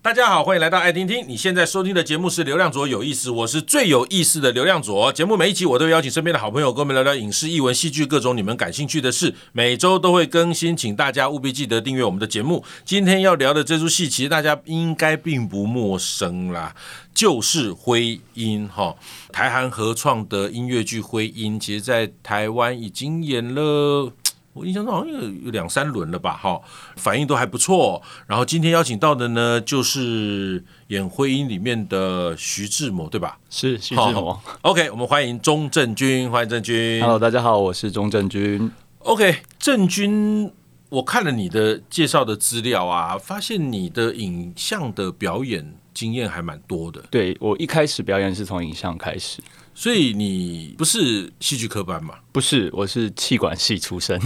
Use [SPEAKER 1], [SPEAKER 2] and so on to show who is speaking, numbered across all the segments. [SPEAKER 1] 大家好，欢迎来到爱听听。你现在收听的节目是《流量左有意思》，我是最有意思的流量左。节目每一集我都会邀请身边的好朋友跟我们聊聊影视、艺文、戏剧各种你们感兴趣的事，每周都会更新，请大家务必记得订阅我们的节目。今天要聊的这出戏，其实大家应该并不陌生啦。就是《徽因》哈，台韩合创的音乐剧《徽因》，其实在台湾已经演了。我印象中好像有有两三轮了吧，哈，反应都还不错。然后今天邀请到的呢，就是演《徽因》里面的徐志摩，对吧？
[SPEAKER 2] 是徐志摩。
[SPEAKER 1] OK，我们欢迎钟正军，欢迎正军。
[SPEAKER 2] Hello，大家好，我是钟正军。
[SPEAKER 1] OK，正军，我看了你的介绍的资料啊，发现你的影像的表演经验还蛮多的。
[SPEAKER 2] 对我一开始表演是从影像开始，
[SPEAKER 1] 所以你不是戏剧科班嘛？
[SPEAKER 2] 不是，我是气管系出 身。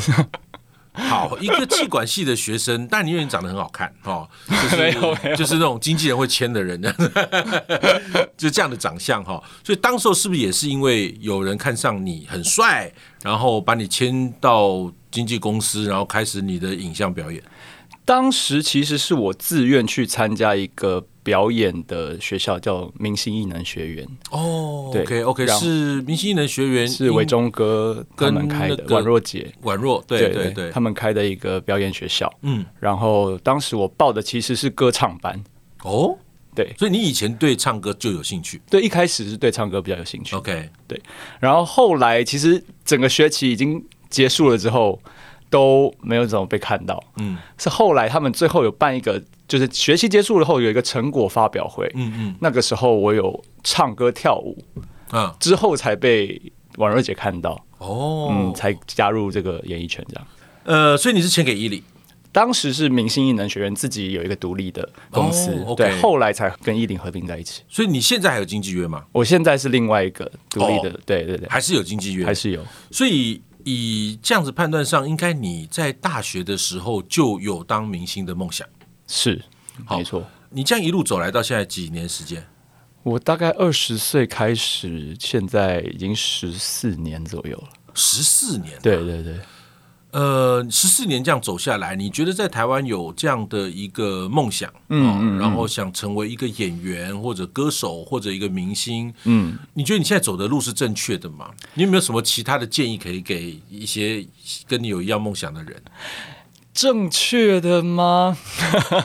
[SPEAKER 1] 好，一个气管系的学生，但你因为你长得很好看 哈，就是
[SPEAKER 2] 没有没有
[SPEAKER 1] 就是那种经纪人会签的人， 就这样的长相哈。所以当时候是不是也是因为有人看上你很帅，然后把你签到经纪公司，然后开始你的影像表演？
[SPEAKER 2] 当时其实是我自愿去参加一个表演的学校，叫明星艺能学院，
[SPEAKER 1] 哦
[SPEAKER 2] 对
[SPEAKER 1] ，OK OK，
[SPEAKER 2] 然后
[SPEAKER 1] 是明星艺能学员
[SPEAKER 2] 是伟忠哥他们开的
[SPEAKER 1] 跟，那个
[SPEAKER 2] 宛若姐，
[SPEAKER 1] 婉若，对
[SPEAKER 2] 对
[SPEAKER 1] 对对
[SPEAKER 2] 他，们开的一个表演学校。
[SPEAKER 1] 嗯，
[SPEAKER 2] 然后当时我报的其实是歌唱班，
[SPEAKER 1] 哦，
[SPEAKER 2] 对
[SPEAKER 1] 所以你以前对唱歌就有兴趣
[SPEAKER 2] 对，一开始是对唱歌比较有兴趣，
[SPEAKER 1] ，OK，
[SPEAKER 2] 然后后来其实整个学期已经结束了之后，都没有怎么被看到。
[SPEAKER 1] 嗯
[SPEAKER 2] 是后来他们最后有办一个，就是学期结束了后有一个成果发表会，
[SPEAKER 1] 嗯嗯
[SPEAKER 2] 那个时候我有唱歌跳舞，
[SPEAKER 1] 啊，
[SPEAKER 2] 之后才被婉若姐看到，
[SPEAKER 1] 哦，
[SPEAKER 2] 嗯，才加入这个演艺圈这样。
[SPEAKER 1] 呃，所以你是签给伊利。
[SPEAKER 2] 当时是明星艺能学院自己有一个独立的公司，
[SPEAKER 1] 哦，OK
[SPEAKER 2] 对，后来才跟艺林合并在一起。
[SPEAKER 1] 所以你现在还有经纪约吗？
[SPEAKER 2] 我现在是另外一个独立
[SPEAKER 1] 哦
[SPEAKER 2] 的，对对对，
[SPEAKER 1] 还是有经纪约？
[SPEAKER 2] 还是有。
[SPEAKER 1] 所以以这样子判断上，应该你在大学的时候就有当明星的梦想。
[SPEAKER 2] 是，
[SPEAKER 1] 好
[SPEAKER 2] 没错。
[SPEAKER 1] 你这样一路走来到现在几年时间？
[SPEAKER 2] 我大概二十岁开始，现在已经十四年左右了。
[SPEAKER 1] 十四年，
[SPEAKER 2] 对对对，
[SPEAKER 1] 呃，十四年这样走下来，你觉得在台湾有这样的一个梦想，啊
[SPEAKER 2] 嗯
[SPEAKER 1] 然后想成为一个演员或者歌手或者一个明星，
[SPEAKER 2] 嗯，
[SPEAKER 1] 你觉得你现在走的路是正确的吗？你有没有什么其他的建议可以给一些跟你有一样梦想的人？
[SPEAKER 2] 正确的吗？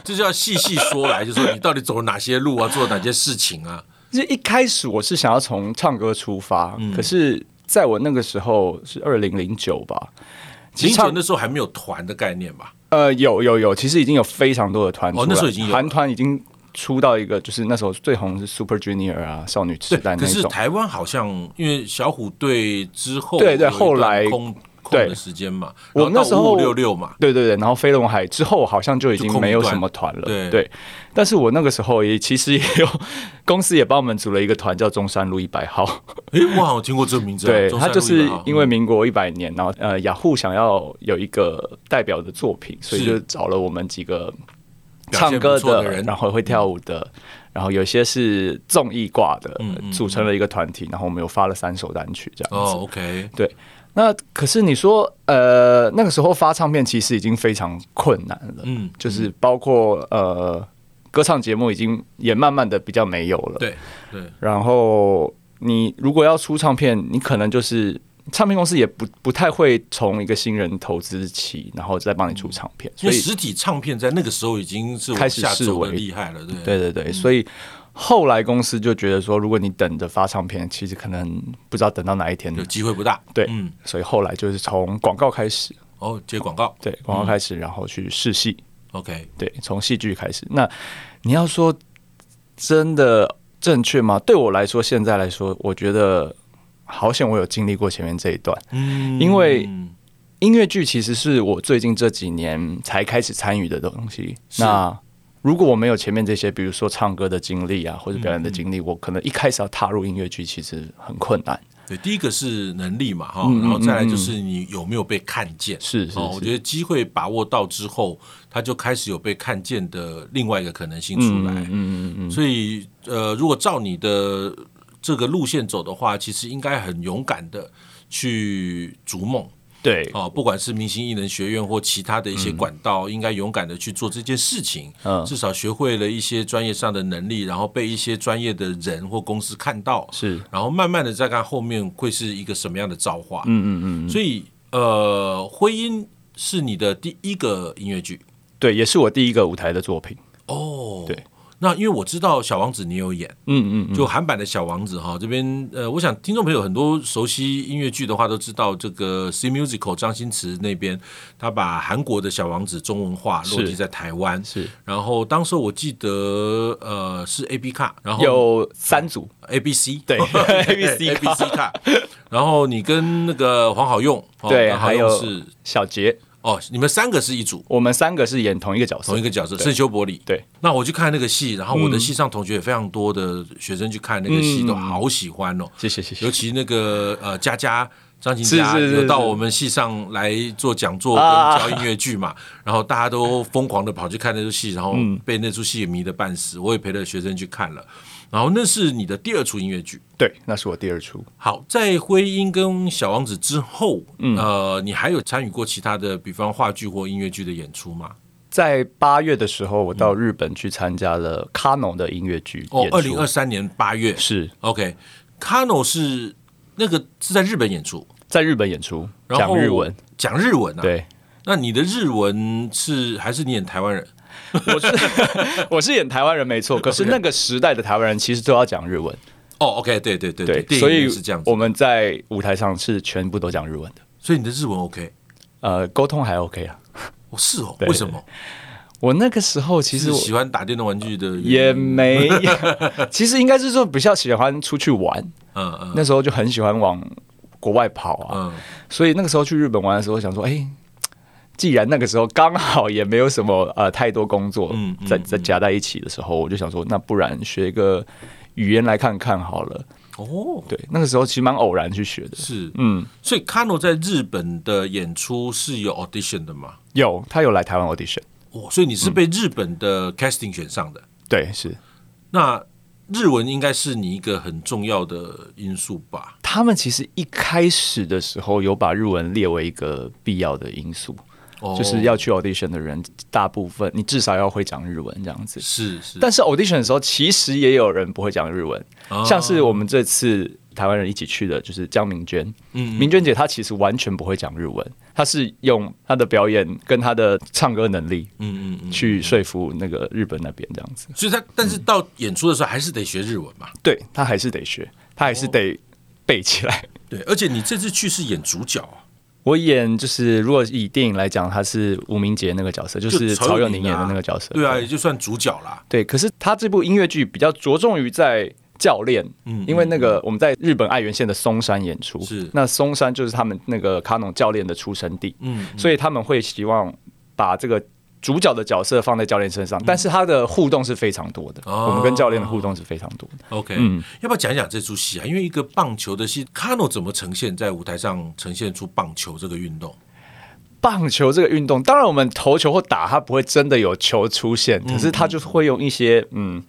[SPEAKER 1] 这就要细细说来，就说你到底走了哪些路啊，做了哪些事情 啊？
[SPEAKER 2] 就一开始我是想要从唱歌出发，
[SPEAKER 1] 嗯
[SPEAKER 2] 可是在我那个时候是二零零九吧，其
[SPEAKER 1] 零
[SPEAKER 2] 实
[SPEAKER 1] 九
[SPEAKER 2] 唱
[SPEAKER 1] 那时候还没有团的概念吧？
[SPEAKER 2] 呃有有有，其实已经有非常多的团出来，
[SPEAKER 1] 哦那时候已经有了
[SPEAKER 2] 韩团已经出到一个，就是那时候最红是 Super Junior 啊，少女时代
[SPEAKER 1] 可
[SPEAKER 2] 那
[SPEAKER 1] 是
[SPEAKER 2] 种。
[SPEAKER 1] 台湾好像因为小虎队之后
[SPEAKER 2] 对对
[SPEAKER 1] 有一段
[SPEAKER 2] 后来
[SPEAKER 1] 空空
[SPEAKER 2] 对
[SPEAKER 1] 的时间嘛，
[SPEAKER 2] 我那时候
[SPEAKER 1] 五六六嘛，
[SPEAKER 2] 对对对，然后飞龙海之后好像就已
[SPEAKER 1] 就
[SPEAKER 2] 经
[SPEAKER 1] 空
[SPEAKER 2] 没有
[SPEAKER 1] 一段
[SPEAKER 2] 什么团了，
[SPEAKER 1] 对
[SPEAKER 2] 但是我那个时候也其实也有 公司也帮我们组了一个团，叫中山路一百 号。
[SPEAKER 1] 诶，我好像听过这个名字啊，
[SPEAKER 2] 对，
[SPEAKER 1] 中
[SPEAKER 2] 他
[SPEAKER 1] 山路
[SPEAKER 2] 就是
[SPEAKER 1] 一百号
[SPEAKER 2] 因为民国一百年，然后呃，雅虎想要有一个代表的作品，所以
[SPEAKER 1] 是
[SPEAKER 2] 就找了我们几个
[SPEAKER 1] 表现
[SPEAKER 2] 唱歌
[SPEAKER 1] 不错
[SPEAKER 2] 的，
[SPEAKER 1] 的人
[SPEAKER 2] 然后会跳舞的，然后有些是综艺挂的，
[SPEAKER 1] 嗯嗯
[SPEAKER 2] 组成了一个团体，然后我们有发了三首单曲这样
[SPEAKER 1] 哦
[SPEAKER 2] 子。
[SPEAKER 1] ，OK，
[SPEAKER 2] 对，那可是你说，呃，那个时候发唱片其实已经非常困难了，
[SPEAKER 1] 嗯，
[SPEAKER 2] 就是包括呃，歌唱节目已经也慢慢的比较没有了，
[SPEAKER 1] 对对，
[SPEAKER 2] 然后你如果要出唱片，你可能就是唱片公司也不不太会从一个新人投资起，然后再帮你出唱片，
[SPEAKER 1] 因
[SPEAKER 2] 所
[SPEAKER 1] 为
[SPEAKER 2] 以
[SPEAKER 1] 实体唱片在那个时候已经是往
[SPEAKER 2] 开始
[SPEAKER 1] 下
[SPEAKER 2] 视
[SPEAKER 1] 走的
[SPEAKER 2] 为
[SPEAKER 1] 厉害了，对
[SPEAKER 2] 对对对，所以后来公司就觉得说，如果你等着发唱片，其实可能不知道等到哪一天
[SPEAKER 1] 有。机会不大，
[SPEAKER 2] 对，
[SPEAKER 1] 嗯，
[SPEAKER 2] 所以后来就是从广告开始，
[SPEAKER 1] 哦，接广告
[SPEAKER 2] 对广告开始，然后去试戏，
[SPEAKER 1] ，OK，
[SPEAKER 2] 对，从戏剧开始。那你要说真的正确吗？对我来说，现在来说，我觉得好险，我有经历过前面这一段。
[SPEAKER 1] 嗯
[SPEAKER 2] 因为音乐剧其实是我最近这几年才开始参与的东西。那如果我没有前面这些，比如说唱歌的经历啊，或者表演的经历，我可能一开始要踏入音乐剧其实很困难。
[SPEAKER 1] 对，第一个是能力嘛，哈、
[SPEAKER 2] 嗯嗯
[SPEAKER 1] 然后再来就是你有没有被看见，
[SPEAKER 2] 是是
[SPEAKER 1] 哦，我
[SPEAKER 2] 是
[SPEAKER 1] 觉得机会把握到之后，它就开始有被看见的另外一个可能性出来。
[SPEAKER 2] 嗯嗯嗯，
[SPEAKER 1] 所以，呃，如果照你的这个路线走的话，其实应该很勇敢的去逐梦。
[SPEAKER 2] 对，
[SPEAKER 1] 哦，不管是明星艺人学院或其他的一些管道，应该勇敢的去做这件事情。
[SPEAKER 2] 嗯
[SPEAKER 1] 至少学会了一些专业上的能力，然后被一些专业的人或公司看到，
[SPEAKER 2] 是，
[SPEAKER 1] 然后慢慢的再看后面会是一个什么样的造化。
[SPEAKER 2] 嗯嗯嗯，
[SPEAKER 1] 所以，呃，婚姻是你的第一个音乐剧
[SPEAKER 2] 对，也是我第一个舞台的作品。
[SPEAKER 1] 哦。
[SPEAKER 2] 对。
[SPEAKER 1] 那因为我知道《小王子》你有演，
[SPEAKER 2] 嗯嗯嗯，
[SPEAKER 1] 就韩版的《小王子》哈，这边呃，我想听众朋友很多熟悉音乐剧的话，都知道这个 C Musical 张新慈那边，他把韩国的《小王子》中文化落地在台湾。
[SPEAKER 2] 是
[SPEAKER 1] 然后当时我记得呃是 A B 卡，然后
[SPEAKER 2] 有三组，
[SPEAKER 1] A B C
[SPEAKER 2] 对 A B C
[SPEAKER 1] A B C 卡，然后你跟那个黄好用，哦
[SPEAKER 2] 对
[SPEAKER 1] 黄好
[SPEAKER 2] 还
[SPEAKER 1] 用
[SPEAKER 2] 有
[SPEAKER 1] 是
[SPEAKER 2] 小杰，
[SPEAKER 1] 哦，你们三个是一组，
[SPEAKER 2] 我们三个是演同一个角色
[SPEAKER 1] 同一。个角色，圣修伯里。
[SPEAKER 2] 对，
[SPEAKER 1] 那我去看那个戏，然后我的戏上同学也非常多的学生去看那个戏，
[SPEAKER 2] 嗯
[SPEAKER 1] 都好喜欢哦，
[SPEAKER 2] 谢谢谢谢
[SPEAKER 1] 尤。其那个呃佳佳。张琴佳
[SPEAKER 2] 是是是
[SPEAKER 1] 有到
[SPEAKER 2] 是
[SPEAKER 1] 我们戏上来做讲座跟
[SPEAKER 2] 啊
[SPEAKER 1] 教音乐剧嘛，然后大家都疯狂的跑去看那出戏，然后
[SPEAKER 2] 嗯
[SPEAKER 1] 被那出戏迷得半死，我也陪着学生去看了。然后那是你的第二出音乐剧，
[SPEAKER 2] 对，那是我第二出。
[SPEAKER 1] 好，在《婚姻》跟《小王子》之后，
[SPEAKER 2] 嗯
[SPEAKER 1] 呃，你还有参与过其他的，比方话剧或音乐剧的演出吗？
[SPEAKER 2] 在八月的时候，我到日本去参加了卡农的音乐剧
[SPEAKER 1] 嗯哦
[SPEAKER 2] 演，出。
[SPEAKER 1] 二零二三年八月
[SPEAKER 2] 是
[SPEAKER 1] ，OK，卡诺是那个是在日本演出，
[SPEAKER 2] 在日本演出，
[SPEAKER 1] 然
[SPEAKER 2] 讲
[SPEAKER 1] 后
[SPEAKER 2] 日文。，
[SPEAKER 1] 讲日文啊。，
[SPEAKER 2] 对，
[SPEAKER 1] 那你的日文是还是你演台湾人？
[SPEAKER 2] 我是我是 演台湾人没错，可是那个时代的台湾人其实都要讲日文，
[SPEAKER 1] 哦，OK，对对对
[SPEAKER 2] 对，
[SPEAKER 1] 电
[SPEAKER 2] 所
[SPEAKER 1] 影
[SPEAKER 2] 以
[SPEAKER 1] 也是这样子
[SPEAKER 2] 我，们在舞台上是全部都讲日文的，
[SPEAKER 1] 所以你的日文 OK，
[SPEAKER 2] 呃，沟通还 OK 啊。
[SPEAKER 1] 哦是哦，
[SPEAKER 2] 对
[SPEAKER 1] 为什么？
[SPEAKER 2] 我那个时候其实
[SPEAKER 1] 是
[SPEAKER 2] 我
[SPEAKER 1] 喜欢打电动玩具的原因，
[SPEAKER 2] 也没，其实应该是说比较喜欢出去玩，
[SPEAKER 1] 嗯嗯
[SPEAKER 2] 那时候就很喜欢往国外跑啊，
[SPEAKER 1] 嗯，
[SPEAKER 2] 所以那个时候去日本玩的时候，想说，哎、既然那个时候刚好也没有什么呃太多工作
[SPEAKER 1] 嗯嗯
[SPEAKER 2] 在在夹在一起的时候，我就想说，那不然学一个语言来看看好了。
[SPEAKER 1] 哦，
[SPEAKER 2] 对，那个时候其实蛮偶然去学的。
[SPEAKER 1] 是，
[SPEAKER 2] 嗯，
[SPEAKER 1] 所以卡诺在日本的演出是有 audition 的嘛？
[SPEAKER 2] 有他有来台湾 audition，
[SPEAKER 1] 哦，所以你是被日本的
[SPEAKER 2] 嗯
[SPEAKER 1] casting 选上的。
[SPEAKER 2] 对，是
[SPEAKER 1] 那日文应该是你一个很重要的因素吧？
[SPEAKER 2] 他们其实一开始的时候有把日文列为一个必要的因素，
[SPEAKER 1] 哦
[SPEAKER 2] 就是要去 audition 的人，大部分你至少要会讲日文这样子。
[SPEAKER 1] 是是，
[SPEAKER 2] 但是 audition 的时候，其实也有人不会讲日文，
[SPEAKER 1] 哦
[SPEAKER 2] 像是我们这次台湾人一起去的，就是江明娟。
[SPEAKER 1] 嗯
[SPEAKER 2] 明娟姐她其实完全不会讲日文，她是用她的表演跟她的唱歌能力
[SPEAKER 1] 嗯嗯嗯，
[SPEAKER 2] 去说服那个日本那边这样子。
[SPEAKER 1] 所以他但是到演出的时候还是得学日文嘛。
[SPEAKER 2] 对哦她还是得学，她还是得背起来。
[SPEAKER 1] 对，而且你这次去是演主角啊，
[SPEAKER 2] 我演就是，如果以电影来讲，她是吴明杰那个角色，就是
[SPEAKER 1] 曹
[SPEAKER 2] 曹
[SPEAKER 1] 佑
[SPEAKER 2] 佑
[SPEAKER 1] 宁啊
[SPEAKER 2] 宁演的那个角色。
[SPEAKER 1] 对啊，也就算主角啦。
[SPEAKER 2] 对，可是他这部音乐剧比较着重于在教练，
[SPEAKER 1] 嗯
[SPEAKER 2] 因为那个我们在日本爱媛县的松山演出，
[SPEAKER 1] 是
[SPEAKER 2] 那松山就是他们那个卡农教练的出生地，
[SPEAKER 1] 嗯，
[SPEAKER 2] 所以他们会希望把这个。主角的角色放在教练身上，但是他的互动是非常多的。
[SPEAKER 1] 嗯哦
[SPEAKER 2] 我们跟教练的互动是非常多的。
[SPEAKER 1] OK，要不要讲一讲这出戏啊？因为一个棒球的戏，卡诺怎么呈现在舞台上呈现出棒球这个运动？
[SPEAKER 2] 棒球这个运动，当然我们投球或打，它不会真的有球出现，可是它就是会用一些嗯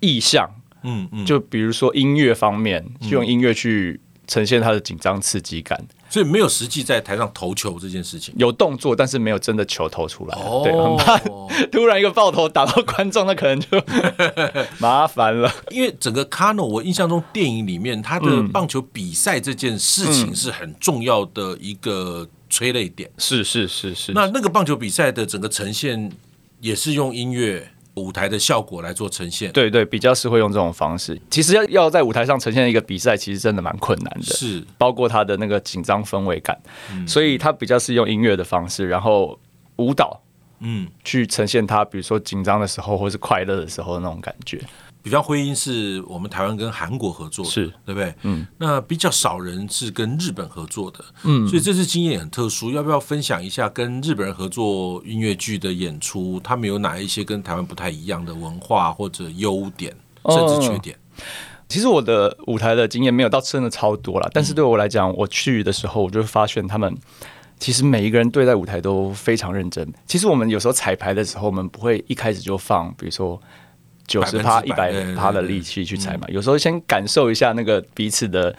[SPEAKER 2] 意象，
[SPEAKER 1] 嗯嗯，
[SPEAKER 2] 就比如说音乐方面，就用音乐去呈现它的紧张刺激感。
[SPEAKER 1] 所以没有实际在台上投球这件事情。
[SPEAKER 2] 有动作，但是没有真的球投出来。啊对，很怕
[SPEAKER 1] 哦，
[SPEAKER 2] 突然一个爆头打到观众，那可 能就麻烦了。
[SPEAKER 1] 因为整个 Cano，我印象中电影里面他的棒球比赛这件事情是很重要的一个催泪点。
[SPEAKER 2] 是是是是
[SPEAKER 1] 那那个棒球比赛的整个呈现也是用音乐舞台的效果来做呈现。
[SPEAKER 2] 对对，比较是会用这种方式。其实要要在舞台上呈现一个比赛，其实真的蛮困难的。
[SPEAKER 1] 是
[SPEAKER 2] 包括他的那个紧张氛围感，所以他比较是用音乐的方式，然后舞蹈
[SPEAKER 1] 嗯，
[SPEAKER 2] 去呈现他，比如说紧张的时候，或是快乐的时候那种感觉。
[SPEAKER 1] 比方婚姻是我们台湾跟韩国合作的，
[SPEAKER 2] 是
[SPEAKER 1] 对不对？嗯，那比较少人是跟日本合作的，嗯，所以这次经验也很特殊。要不要分享一下跟日本人合作音乐剧的演出？他们有哪一些跟台湾不太一样的文化或者优点，
[SPEAKER 2] 哦
[SPEAKER 1] 甚至缺点？
[SPEAKER 2] 其实我的舞台的经验没有到真的超多
[SPEAKER 1] 嗯
[SPEAKER 2] 啦，但是对我来讲，我去的时候我就发现他们其实每一个人对待舞台都非常认真。其实我们有时候彩排的时候，我们不会一开始就放，比如说。九十趴、一
[SPEAKER 1] 100%
[SPEAKER 2] 百
[SPEAKER 1] 对对对嗯
[SPEAKER 2] 趴的力气去踩嘛，有时候先感受一下那个彼此的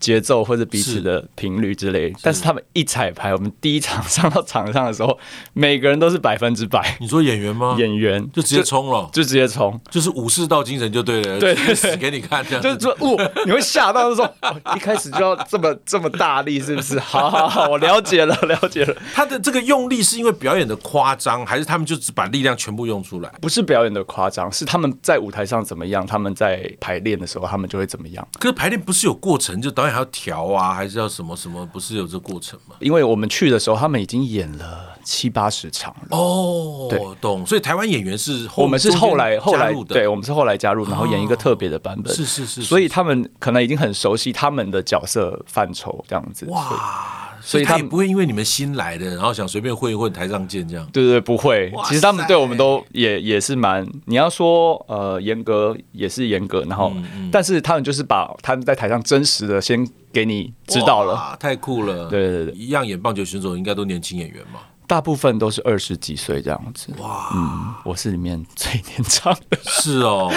[SPEAKER 2] 节奏或者彼此的频率之类。但是他们一彩排，我们第一场上到场上的时候，每个人都是百分之百
[SPEAKER 1] 你说演员吗？
[SPEAKER 2] 演员，
[SPEAKER 1] 嗯就直接冲了，
[SPEAKER 2] 就直接冲。
[SPEAKER 1] 就是武士道精神就对了，
[SPEAKER 2] 对
[SPEAKER 1] 就是死给你看这样子。
[SPEAKER 2] 就是说，哦，你会吓到，就说、哦一开始就要这么这么大力，是不是？好好好，我了解了，了解了。
[SPEAKER 1] 他的这个用力是因为表演的夸张，还是他们就只把力量全部用出来？
[SPEAKER 2] 不是表演的夸张，是他们在舞台上怎么样，他们在排练的时候，他们就会怎么样。
[SPEAKER 1] 可是排练不是有过程，就导演还要调啊，还是要什么什么？不是有这过程吗？
[SPEAKER 2] 因为我们去的时候，他们已经演了七八十场了。
[SPEAKER 1] 哦
[SPEAKER 2] 对，
[SPEAKER 1] 懂。所以台湾演员是后
[SPEAKER 2] 我们是后来后来
[SPEAKER 1] 哦中间加入的，哦
[SPEAKER 2] 对，我们是后来加入，然后演一个特别的版本。
[SPEAKER 1] 是是是是
[SPEAKER 2] 所以他们可能已经很熟悉他们的角色范畴，这样子。所以
[SPEAKER 1] 哇，所
[SPEAKER 2] 所
[SPEAKER 1] 以
[SPEAKER 2] 以
[SPEAKER 1] 他
[SPEAKER 2] 他
[SPEAKER 1] 也不会因为你们新来的，然后想随便混一混台上见这样。
[SPEAKER 2] 对对对，不会
[SPEAKER 1] 哇。
[SPEAKER 2] 其实他们
[SPEAKER 1] 塞
[SPEAKER 2] 对我们都也也是蛮，你要说呃严格也是严格，然后、但是他们就是把他们在台上真实的先给你知道了。
[SPEAKER 1] 哇，太酷了。
[SPEAKER 2] 对对对
[SPEAKER 1] 一样演棒球选手应该都年轻演员 嘛。
[SPEAKER 2] 大部分都是二十几岁这样子。哇，嗯，我是里面最年长的。
[SPEAKER 1] 是哦，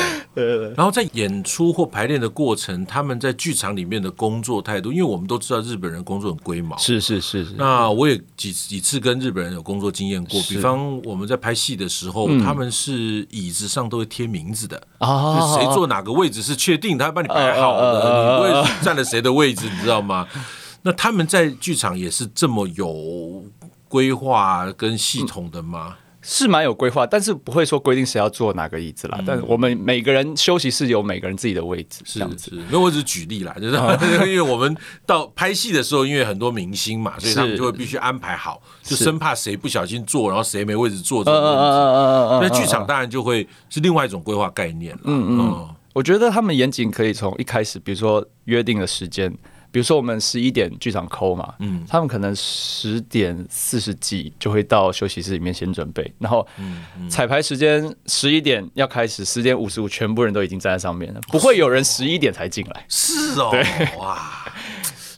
[SPEAKER 1] 然后在演出或排练的过程，他们在剧场里面的工作态度，因为我们都知道日本人工作很龟毛。
[SPEAKER 2] 是是是是，
[SPEAKER 1] 那我也几几次跟日本人有工作经验过，
[SPEAKER 2] 是嗯
[SPEAKER 1] 比方我们在拍戏的时候，他们是椅子上都会贴名字的，
[SPEAKER 2] 啊
[SPEAKER 1] 就是谁坐哪个位置是确定的，他帮你摆好
[SPEAKER 2] 呃呃
[SPEAKER 1] 的，
[SPEAKER 2] 呃
[SPEAKER 1] 你
[SPEAKER 2] 呃
[SPEAKER 1] 不会占了谁的位置，你知道吗？ 那他们在剧场也是这么有规划跟系统的吗？
[SPEAKER 2] 是蛮有规划，但是不会说规定谁要坐哪个椅子啦。但是我们每个人休息室有每个人自己的位置，这样
[SPEAKER 1] 是
[SPEAKER 2] 子。哦
[SPEAKER 1] 是，那我只是举例啦，就是 因为我们到拍戏的时候，因为很多明星嘛，所以他们
[SPEAKER 2] 是
[SPEAKER 1] 就会必须安排好，就是生怕谁不小心坐，然后谁没位置坐这
[SPEAKER 2] 嗯
[SPEAKER 1] 种
[SPEAKER 2] 嗯
[SPEAKER 1] 问题。
[SPEAKER 2] 嗯嗯嗯
[SPEAKER 1] 那
[SPEAKER 2] 嗯。
[SPEAKER 1] 剧场当然就会是另外一种规划概念了。嗯嗯，
[SPEAKER 2] 我觉得他们严谨可以从一开始，比如说约定的时间，比如说我们十一点剧场抠嘛，嗯，他们可能十点四十几就会到休息室里面先准备，然后彩排时间十一点要开始，十点五十五全部人都已经站在上面了，不会有人十一点才进来。
[SPEAKER 1] 是哦，哇，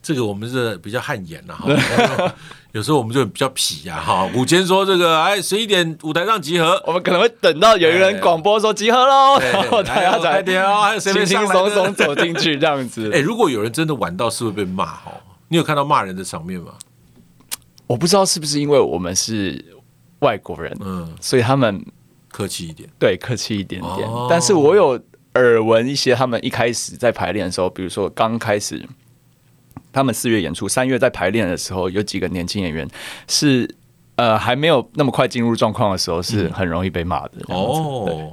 [SPEAKER 1] 这个我们是比较汗颜了哈。 有时候我们就比较痞呀哈。古坚说这个，哎，十一点舞台上集合，
[SPEAKER 2] 我们可能会等到有一个人广播说集合喽，
[SPEAKER 1] 对
[SPEAKER 2] 然后大
[SPEAKER 1] 来
[SPEAKER 2] 家
[SPEAKER 1] 哦快
[SPEAKER 2] 才
[SPEAKER 1] 点哦还有谁没
[SPEAKER 2] 轻
[SPEAKER 1] 上
[SPEAKER 2] 轻
[SPEAKER 1] 来呢
[SPEAKER 2] 松松走进去这样子。
[SPEAKER 1] 哎，如果有人真的晚到，是会被骂哦。你有看到骂人的场面吗？
[SPEAKER 2] 我不知道是不是因为我们是外国人，
[SPEAKER 1] 嗯，
[SPEAKER 2] 所以他们
[SPEAKER 1] 客气一点。
[SPEAKER 2] 对，客气一点点。
[SPEAKER 1] 哦
[SPEAKER 2] 但是我有耳闻一些他们一开始在排练的时候，比如说刚开始他们四月演出，三月在排练的时候，有几个年轻演员是呃还没有那么快进入状况的时候，是很容易被骂的。哦，对
[SPEAKER 1] 嗯哦，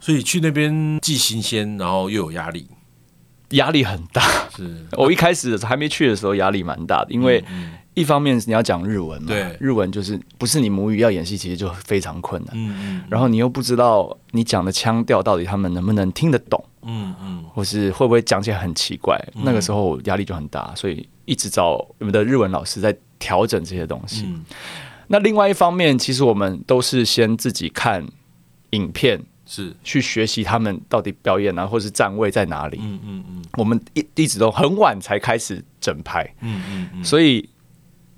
[SPEAKER 1] 所以去那边既新鲜，然后又有压力，
[SPEAKER 2] 压力很大。
[SPEAKER 1] 是
[SPEAKER 2] 我一开始的时候还没去的时候压力蛮大的，因为一方面你要讲日文嘛，
[SPEAKER 1] 嗯对
[SPEAKER 2] 日文就是不是你母语要演戏，其实就非常困难。
[SPEAKER 1] 嗯
[SPEAKER 2] 然后你又不知道你讲的腔调到底他们能不能听得懂，
[SPEAKER 1] 嗯嗯
[SPEAKER 2] 或是会不会讲起来很奇怪？那个时候我压力就很大，所以一直找我们的日文老师在调整这些东西。
[SPEAKER 1] 嗯，
[SPEAKER 2] 那另外一方面，其实我们都是先自己看影片
[SPEAKER 1] 是
[SPEAKER 2] 去学习他们到底表演啊，或是站位在哪里。
[SPEAKER 1] 嗯嗯嗯
[SPEAKER 2] 我们一一直都很晚才开始整排，
[SPEAKER 1] 嗯嗯嗯，
[SPEAKER 2] 所以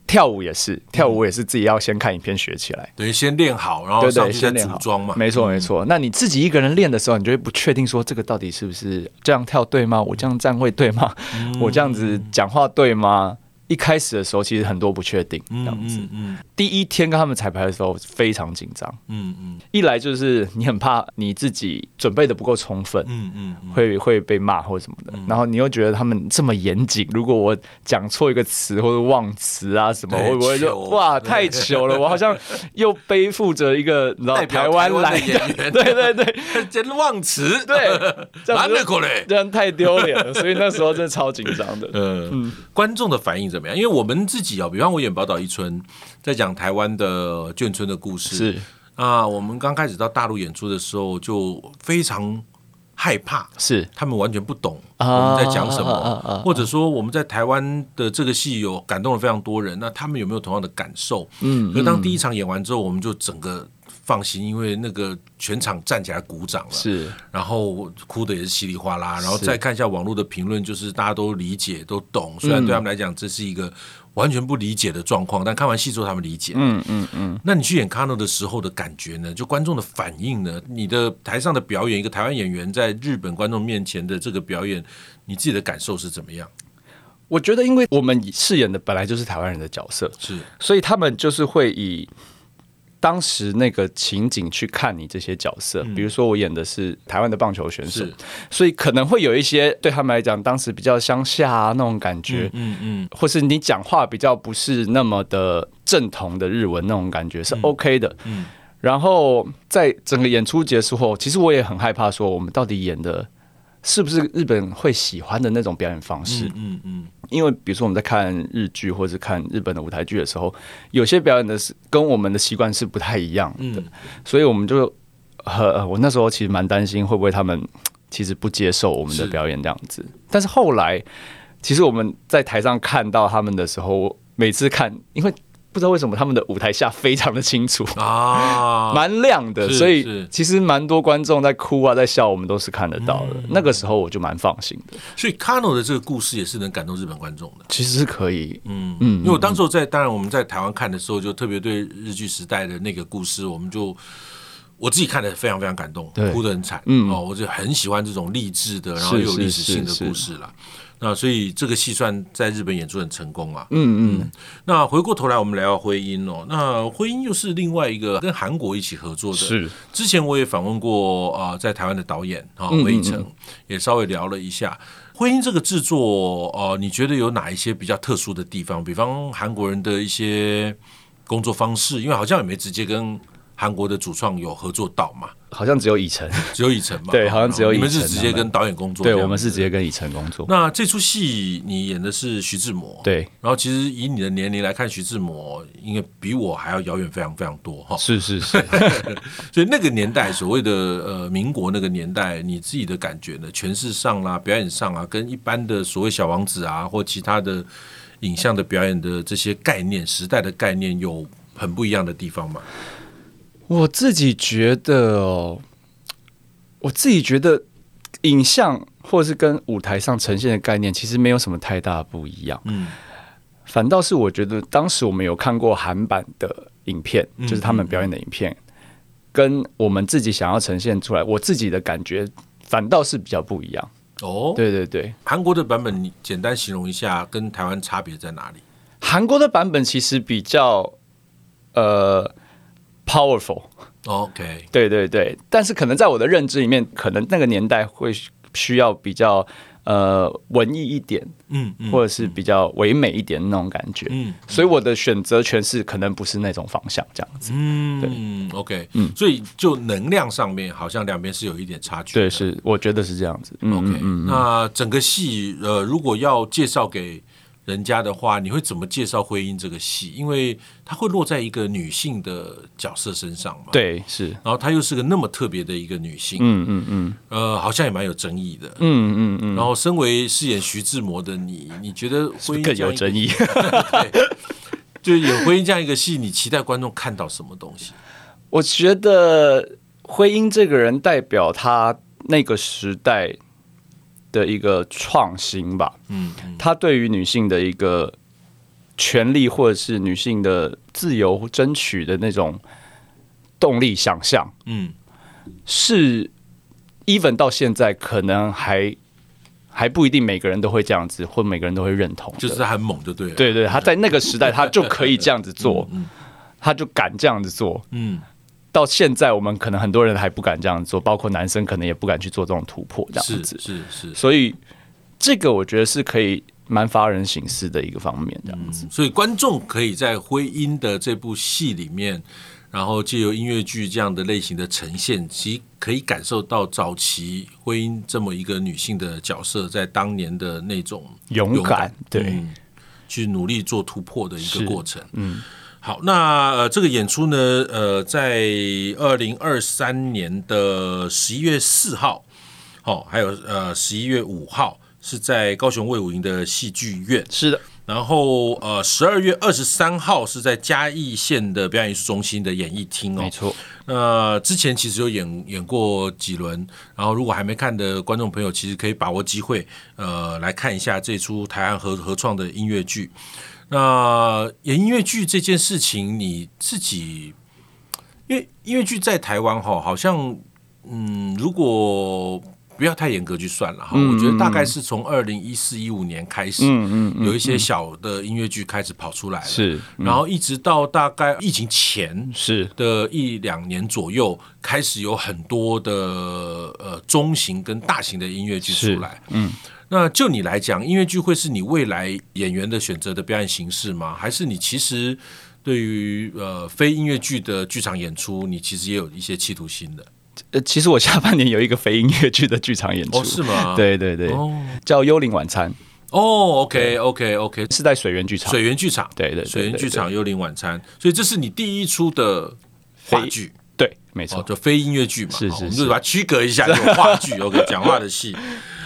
[SPEAKER 2] 跳舞也是，跳舞也是自己要先看影片学起来。
[SPEAKER 1] 等于先练好，然后
[SPEAKER 2] 对
[SPEAKER 1] 哦上
[SPEAKER 2] 对，
[SPEAKER 1] 去再
[SPEAKER 2] 先练
[SPEAKER 1] 组
[SPEAKER 2] 好
[SPEAKER 1] 装嘛。嗯
[SPEAKER 2] 没错没错。那你自己一个人练的时候，你就会不确定说这个到底是不是这样跳对吗？我这样站会对吗？
[SPEAKER 1] 嗯
[SPEAKER 2] 我这样子讲话对吗？一开始的时候其实很多不确定，这样子。
[SPEAKER 1] 嗯嗯
[SPEAKER 2] 第一天跟他们彩排的时候非常紧张，
[SPEAKER 1] 嗯嗯
[SPEAKER 2] 一来就是你很怕你自己准备的不够充分。
[SPEAKER 1] 嗯嗯
[SPEAKER 2] 会会被骂或什么的，然后你又觉得他们这么严谨，如果我讲错一个词或者忘词啊什么，
[SPEAKER 1] 对
[SPEAKER 2] 会不会就
[SPEAKER 1] 糗
[SPEAKER 2] 哇太糗了？我好像又背负着一个你知道
[SPEAKER 1] 代表
[SPEAKER 2] 台湾
[SPEAKER 1] 台湾的
[SPEAKER 2] 来
[SPEAKER 1] 演员
[SPEAKER 2] 对对对
[SPEAKER 1] 嗯，真忘词，
[SPEAKER 2] 对，这样
[SPEAKER 1] 难
[SPEAKER 2] 子
[SPEAKER 1] 得
[SPEAKER 2] 就
[SPEAKER 1] 过嘞。
[SPEAKER 2] 这样太丢脸了，所以那时候真的超紧 张的。
[SPEAKER 1] 嗯，观众的反应怎么样？因为我们自己啊，比方我演《宝岛一村》，在讲台湾的眷村的故事，
[SPEAKER 2] 是
[SPEAKER 1] 啊，我们刚开始到大陆演出的时候就非常害怕，
[SPEAKER 2] 是
[SPEAKER 1] 他们完全不懂我
[SPEAKER 2] 啊
[SPEAKER 1] 们在讲什么，
[SPEAKER 2] 啊啊啊啊
[SPEAKER 1] 或者说我们在台湾的这个戏有感动了非常多人，那他们有没有同样的感受？嗯，可当第一场演完之后，我们就整个放心，因为那个全场站起来鼓掌了，
[SPEAKER 2] 是，
[SPEAKER 1] 然后哭的也是稀里哗啦，然后再看一下网络的评论，就是大家都理解都懂，虽然对他们来讲这是一个完全不理解的状况，但看完戏之后他们理解。
[SPEAKER 2] 嗯嗯嗯，
[SPEAKER 1] 那你去演《卡诺》的时候的感觉呢？就观众的反应呢？你的台上的表演，一个台湾演员在日本观众面前的这个表演，你自己的感受是怎么样？
[SPEAKER 2] 我觉得，因为我们饰演的本来就是台湾人的角色，
[SPEAKER 1] 是
[SPEAKER 2] 所以他们就是会以当时那个情景去看你这些角色。比如说，我演的是台湾的棒球选手
[SPEAKER 1] 嗯是，
[SPEAKER 2] 所以可能会有一些对他们来讲，当时比较乡下、啊、那种感觉，
[SPEAKER 1] 嗯嗯，
[SPEAKER 2] 或是你讲话比较不是那么的正统的日文那种感觉是 OK 的。
[SPEAKER 1] 嗯
[SPEAKER 2] 然后在整个演出结束后，其实我也很害怕，说我们到底演的是不是日本会喜欢的那种表演方式？
[SPEAKER 1] 嗯嗯嗯，
[SPEAKER 2] 因为比如说我们在看日剧或者看日本的舞台剧的时候，有些表演的是跟我们的习惯是不太一样的，
[SPEAKER 1] 嗯
[SPEAKER 2] 所以我们就呃，我那时候其实蛮担心会不会他们其实不接受我们的
[SPEAKER 1] 是
[SPEAKER 2] 表演这样子。但是后来，其实我们在台上看到他们的时候，我每次看，因为不知道为什么他们的舞台下非常的清楚。
[SPEAKER 1] 啊，
[SPEAKER 2] 蛮亮的，
[SPEAKER 1] 是
[SPEAKER 2] 所以
[SPEAKER 1] 是
[SPEAKER 2] 其实蛮多观众在哭啊，在笑，我们都是看得到
[SPEAKER 1] 嗯
[SPEAKER 2] 的。那个时候我就蛮放心的，
[SPEAKER 1] 所以 Kano 的这个故事也是能感动日本观众的。
[SPEAKER 2] 其实是可以，
[SPEAKER 1] 嗯嗯，因为我当时候在，当然我们在台湾看的时候，就特别对日剧时代的那个故事，我们就我自己看的非常非常感动
[SPEAKER 2] 对，嗯
[SPEAKER 1] 哭得很惨。哦，我就很喜欢这种励志的，然后
[SPEAKER 2] 是
[SPEAKER 1] 又有
[SPEAKER 2] 是
[SPEAKER 1] 历史性的
[SPEAKER 2] 是
[SPEAKER 1] 故事啦。那所以这个戏算在日本演出很成功啊。
[SPEAKER 2] 嗯嗯，
[SPEAKER 1] 那回过头来，我们聊聊婚姻哦。那婚姻又是另外一个跟韩国一起合作的。
[SPEAKER 2] 是
[SPEAKER 1] 之前我也访问过啊、呃在台湾的导演啊
[SPEAKER 2] 嗯嗯
[SPEAKER 1] 韦以诚，也稍微聊了一下婚姻这个制作。呃，你觉得有哪一些比较特殊的地方？比方韩国人的一些工作方式，因为好像也没直接跟韩国的主创有合作到嘛，
[SPEAKER 2] 好像只有以晨，
[SPEAKER 1] 只有以诚嘛。哦
[SPEAKER 2] 对好像只有
[SPEAKER 1] 你们
[SPEAKER 2] 以诚啊
[SPEAKER 1] 是直接跟导演工作这样
[SPEAKER 2] 对
[SPEAKER 1] 子。
[SPEAKER 2] 我们是直接跟以晨工作，
[SPEAKER 1] 那这出戏你演的是徐志摩，
[SPEAKER 2] 对，
[SPEAKER 1] 然后其实以你的年龄来看，徐志摩应该比我还要遥远非常非常多哈。
[SPEAKER 2] 是是是，
[SPEAKER 1] 所以那个年代，所谓的呃民国那个年代，你自己的感觉呢？诠释上啦、表演上啊，跟一般的所谓小王子啊或其他的影像的表演的这些概念、时代的概念有。很不一样的地方嘛，
[SPEAKER 2] 我自己觉得哦，我自己觉得影像或是跟舞台上呈现的概念其实没有什么太大的不一样，
[SPEAKER 1] 嗯，
[SPEAKER 2] 反倒是我觉得当时我们有看过韩版的影片，
[SPEAKER 1] 嗯
[SPEAKER 2] 就是他们表演的影片，跟我们自己想要呈现出来，我自己的感觉反倒是比较不一样。
[SPEAKER 1] 哦，
[SPEAKER 2] 对对对，
[SPEAKER 1] 韩国的版本，你简单形容一下，跟台湾差别在哪里？
[SPEAKER 2] 韩国的版本其实比较呃 powerful，
[SPEAKER 1] OK，
[SPEAKER 2] 对对对，但是可能在我的认知里面，可能那个年代会需需要比较呃文艺一点，
[SPEAKER 1] 嗯嗯
[SPEAKER 2] 或者是比较唯美一点那种感觉。
[SPEAKER 1] 嗯
[SPEAKER 2] 所以我的选择权是可能不是那种方向这样子。
[SPEAKER 1] 嗯，OK，所以就能量上面，好像两边是有一点差距的。
[SPEAKER 2] 对，是我觉得是这样子。嗯
[SPEAKER 1] OK，
[SPEAKER 2] 嗯嗯，
[SPEAKER 1] 那整个戏呃，如果要介绍给人家的话，你会怎么介绍《婚姻》这个戏？因为它会落在一个女性的角色身上嘛。。
[SPEAKER 2] 对，是，
[SPEAKER 1] 然后她又是个那么特别的一个女性，
[SPEAKER 2] 嗯嗯嗯
[SPEAKER 1] 呃，好像也蛮有争议的。
[SPEAKER 2] 嗯嗯嗯，
[SPEAKER 1] 然后，身为饰演徐志摩的你，你觉得《婚姻》
[SPEAKER 2] 更
[SPEAKER 1] 这样
[SPEAKER 2] 有
[SPEAKER 1] 一
[SPEAKER 2] 争议。
[SPEAKER 1] 个？ 对，就是演《婚姻》这样一个戏，你期待观众看到什么东西？
[SPEAKER 2] 我觉得婚姻这个人代表他那个时代的一个创新吧，
[SPEAKER 1] 嗯嗯
[SPEAKER 2] 他对于女性的一个权利或者是女性的自由争取的那种动力想象，
[SPEAKER 1] 嗯，
[SPEAKER 2] 是 even 到现在可能还还不一定每个人都会这样子，或每个人都会认同的，
[SPEAKER 1] 就是他很猛，就对了。，
[SPEAKER 2] 对对，他在那个时代他就可以这样子做
[SPEAKER 1] 嗯嗯，
[SPEAKER 2] 他就敢这样子做。
[SPEAKER 1] 嗯，
[SPEAKER 2] 到现在，我们可能很多人还不敢这样做，包括男生可能也不敢去做这种突破，这样
[SPEAKER 1] 是
[SPEAKER 2] 子。
[SPEAKER 1] 是是。
[SPEAKER 2] 所以，这个我觉得是可以蛮发人省思的一个方面，这样子。
[SPEAKER 1] 嗯所以观众可以在《婚姻》的这部戏里面，然后借由音乐剧这样的类型的呈现，其实可以感受到早期婚姻这么一个女性的角色在当年的那种
[SPEAKER 2] 勇敢对
[SPEAKER 1] 嗯去努力做突破的一
[SPEAKER 2] 是
[SPEAKER 1] 个过程。嗯，好，那、呃、这个演出呢，呃，在二零二三年的十一月四号，哦，还有呃十一月五号。是在高雄卫武营的戏剧院，
[SPEAKER 2] 是的，
[SPEAKER 1] 然后呃，十二月二十三号是在嘉义县的表演艺术中心的演艺厅哦
[SPEAKER 2] 没。错。
[SPEAKER 1] 那、之前其实有演演过几轮，然后如果还没看的观众朋友，其实可以把握机会，呃，来看一下这出台湾合合创的音乐剧。那演音乐剧这件事情，你自己，因为音乐剧在台湾哈，好像嗯，如果不要太严格去算了哈。我觉得大概是从二零一四一五年开始，
[SPEAKER 2] 嗯
[SPEAKER 1] 有一些小的音乐剧开始跑出来了，
[SPEAKER 2] 是嗯
[SPEAKER 1] 然后一直到大概疫情前
[SPEAKER 2] 是
[SPEAKER 1] 的一两年左右，开始有很多的呃中型跟大型的音乐剧出来。嗯，那就你来讲，音乐剧会是你未来演员的选择的表演形式吗？还是你其实对于呃非音乐剧的剧场演出，你其实也有一些企图心的？
[SPEAKER 2] 呃，其实我下半年有一个非音乐剧的剧场演出，
[SPEAKER 1] 哦，是吗？，
[SPEAKER 2] 对对对，
[SPEAKER 1] 哦
[SPEAKER 2] 叫《幽灵晚餐
[SPEAKER 1] 哦，OK，OK，OK，》，
[SPEAKER 2] 是在水源剧场，
[SPEAKER 1] 水源剧场，
[SPEAKER 2] 对对对
[SPEAKER 1] 水源
[SPEAKER 2] 对
[SPEAKER 1] 剧场《幽灵晚餐》，所以这是你第一出的话
[SPEAKER 2] 非
[SPEAKER 1] 剧。
[SPEAKER 2] 对，没
[SPEAKER 1] 哦
[SPEAKER 2] 错，，
[SPEAKER 1] 就非音乐剧嘛，
[SPEAKER 2] 是
[SPEAKER 1] 好
[SPEAKER 2] 是
[SPEAKER 1] 我们
[SPEAKER 2] 是
[SPEAKER 1] 就把它区隔一下，这种话剧 OK，讲话的戏。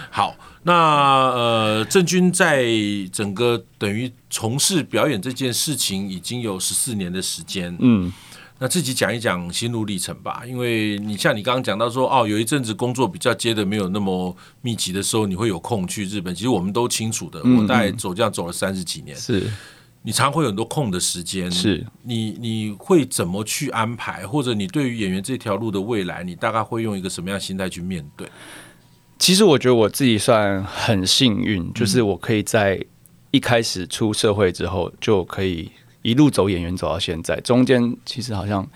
[SPEAKER 1] 好，那呃，郑钧在整个等于从事表演这件事情已经有十四年的时间，
[SPEAKER 2] 嗯，
[SPEAKER 1] 那自己讲一讲心路历程吧。因为你像你刚刚讲到说，哦，有一阵子工作比较接的没有那么密集的时候，你会有空去日本。其实我们都清楚的，
[SPEAKER 2] 嗯
[SPEAKER 1] 我大概走这样走了三十几年，
[SPEAKER 2] 是
[SPEAKER 1] 你常会有很多空的时间，
[SPEAKER 2] 是
[SPEAKER 1] 你你会怎么去安排，或者你对于演员这条路的未来，你大概会用一个什么样的心态去面对？
[SPEAKER 2] 其实我觉得我自己算很幸运，嗯就是我可以在一开始出社会之后就可以一路走演员走到现在，中间其实好像。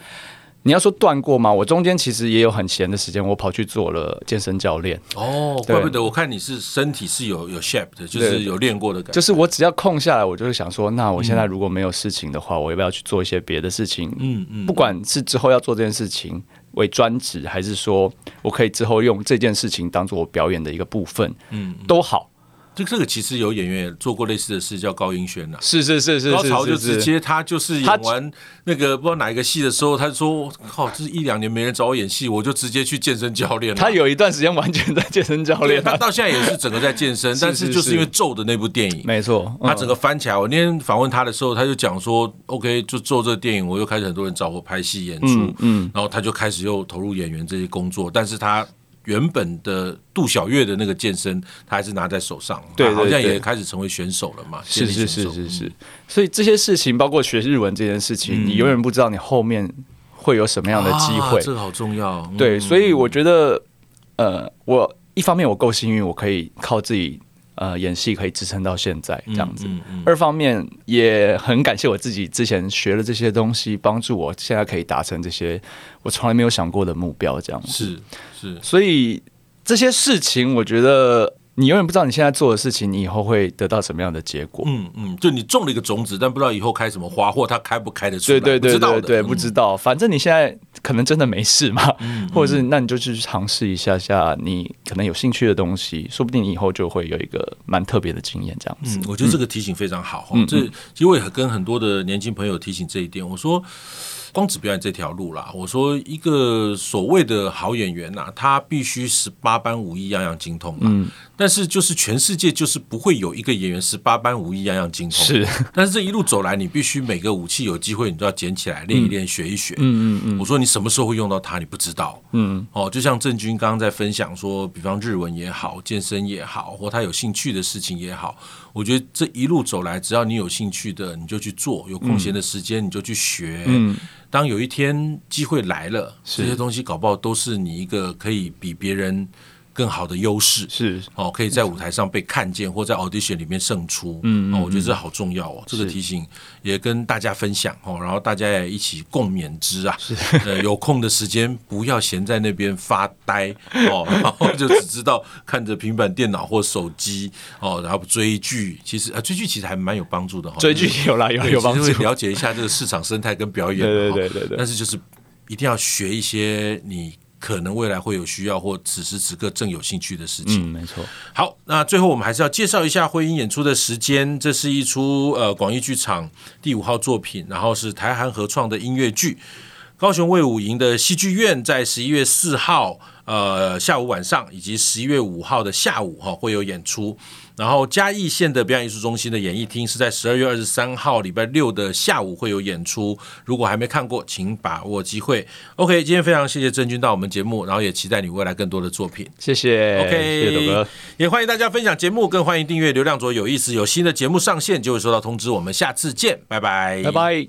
[SPEAKER 2] 你要说断过吗？我中间其实也有很闲的时间，我跑去做了健身教练。
[SPEAKER 1] 哦，怪不得我看你是身体是有有 shape 的，就是
[SPEAKER 2] 对
[SPEAKER 1] 有练过的感觉。
[SPEAKER 2] 就是我只要空下来，我就会想说，那我现在如果没有事情的话，我要不要去做一些别的事情？
[SPEAKER 1] 嗯嗯，
[SPEAKER 2] 不管是之后要做这件事情为专职，还是说我可以之后用这件事情当做我表演的一个部分，嗯，都好。
[SPEAKER 1] 这这个其实有演员也做过类似的事，叫高英轩呐、啊
[SPEAKER 2] 是是是是
[SPEAKER 1] 高潮就直接他就是
[SPEAKER 2] 他
[SPEAKER 1] 演完那个不知道哪一个戏的时候，他就说：“靠，这一两年没人找我演戏，我就直接去健身教练了。”
[SPEAKER 2] 他有一段时间完全在健身教
[SPEAKER 1] 对
[SPEAKER 2] 练、
[SPEAKER 1] 他
[SPEAKER 2] 啊，
[SPEAKER 1] 到现在也是整个在健身，但是
[SPEAKER 2] 是
[SPEAKER 1] 就是因为
[SPEAKER 2] 是
[SPEAKER 1] 《咒》的那部电影，
[SPEAKER 2] 没错，
[SPEAKER 1] 他整个翻起来。我那天访问他的时候，他就讲说，OK，就做这个电影，我又开始很多人找我拍戏演出，嗯，然后他就开始又投入演员这些工作，但是他。原本的杜小月的那个健身，他还是拿在手上，
[SPEAKER 2] 对
[SPEAKER 1] 他好
[SPEAKER 2] 对
[SPEAKER 1] 像
[SPEAKER 2] 对
[SPEAKER 1] 也开始成为选手了嘛，
[SPEAKER 2] 是
[SPEAKER 1] 健力
[SPEAKER 2] 是
[SPEAKER 1] 选
[SPEAKER 2] 是
[SPEAKER 1] 手
[SPEAKER 2] 是是，所以这些事情，包括学日文这件事情，你永远不知道你后面会有什么样的机会
[SPEAKER 1] 啊。这个好重要。嗯
[SPEAKER 2] 对，所以我觉得，呃，我一方面我够幸运，我可以靠自己呃演戏可以支撑到现在这样子。
[SPEAKER 1] 嗯嗯
[SPEAKER 2] 二方面也很感谢我自己之前学了这些东西，帮助我现在可以达成这些我从来没有想过的目标，这样子。
[SPEAKER 1] 是是，
[SPEAKER 2] 所以这些事情，我觉得你永远不知道你现在做的事情，你以后会得到什么样的结果。
[SPEAKER 1] 嗯嗯，就你种了一个种子，但不知道以后开什么花，或它开不开得出来，
[SPEAKER 2] 对对
[SPEAKER 1] 不
[SPEAKER 2] 对
[SPEAKER 1] 知道
[SPEAKER 2] 对
[SPEAKER 1] 的
[SPEAKER 2] 对，
[SPEAKER 1] 嗯
[SPEAKER 2] 不知道，反正你现在可能真的没事嘛， 或者是那你就去尝试一下下你可能有兴趣的东西，说不定你以后就会有一个蛮特别的经验这样子。
[SPEAKER 1] 嗯，我觉得这个提醒非常好哈、这其实我也跟很多的年轻朋友提醒这一点，我说。光只表演这条路啦，我说一个所谓的好演员呐、他必须十八般武艺样样精通啦。但是就是全世界就是不会有一个演员十八般武艺样样精通。
[SPEAKER 2] 是，
[SPEAKER 1] 但是这一路走来，你必须每个武器有机会你都要捡起来练一练、学一学。嗯嗯嗯。我说你什么时候会用到它，你不知道。嗯。哦，就像郑钧刚刚在分享说，比方日文也好，健身也好，或他有兴趣的事情也好，我觉得这一路走来，只要你有兴趣的，你就去做；有空闲的时间，你就去学。嗯。当有一天机会来了，这些东西搞不好都是你一个可以比别人更好的优势。
[SPEAKER 2] 是
[SPEAKER 1] 哦，可以在舞台上被看见，或在 audition 里面胜出。嗯哦，我觉得这好重要哦，这个提醒也跟大家分享哦，然后大家也一起共勉之啊。是，呃，有空的时间不要闲在那边发呆哦， 然后就只知道看着平板电脑或手机哦，然后追剧。其实啊，追剧其实还蛮有帮助的哈、哦，
[SPEAKER 2] 追剧有啦， 有
[SPEAKER 1] 对
[SPEAKER 2] 有帮
[SPEAKER 1] 其实
[SPEAKER 2] 助
[SPEAKER 1] 会，了解一下这个市场生态跟表演。
[SPEAKER 2] 对对
[SPEAKER 1] 哈
[SPEAKER 2] 对对对
[SPEAKER 1] 但是就是一定要学一些你可能未来会有需要或此时此刻正有兴趣的事情。
[SPEAKER 2] 嗯，没错，
[SPEAKER 1] 好，那最后我们还是要介绍一下婚姻演出的时间。这是一出呃广义剧场第五号作品，然后是台韩合创的音乐剧。高雄卫武营的戏剧院在十一月四号呃下午晚上，以及十一月五号的下午哈、会有演出。然后嘉义县的表演艺术中心的演艺厅是在十二月二十三号礼拜六的下午会有演出。如果还没看过，请把握机会。OK，今天非常谢谢郑钧到我们节目，然后也期待你未来更多的作品。
[SPEAKER 2] 谢谢
[SPEAKER 1] OK，
[SPEAKER 2] 谢谢董哥，
[SPEAKER 1] 也欢迎大家分享节目，更欢迎订阅《流量左有意思》，有新的节目上线就会收到通知。我们下次见，拜拜，
[SPEAKER 2] 拜拜。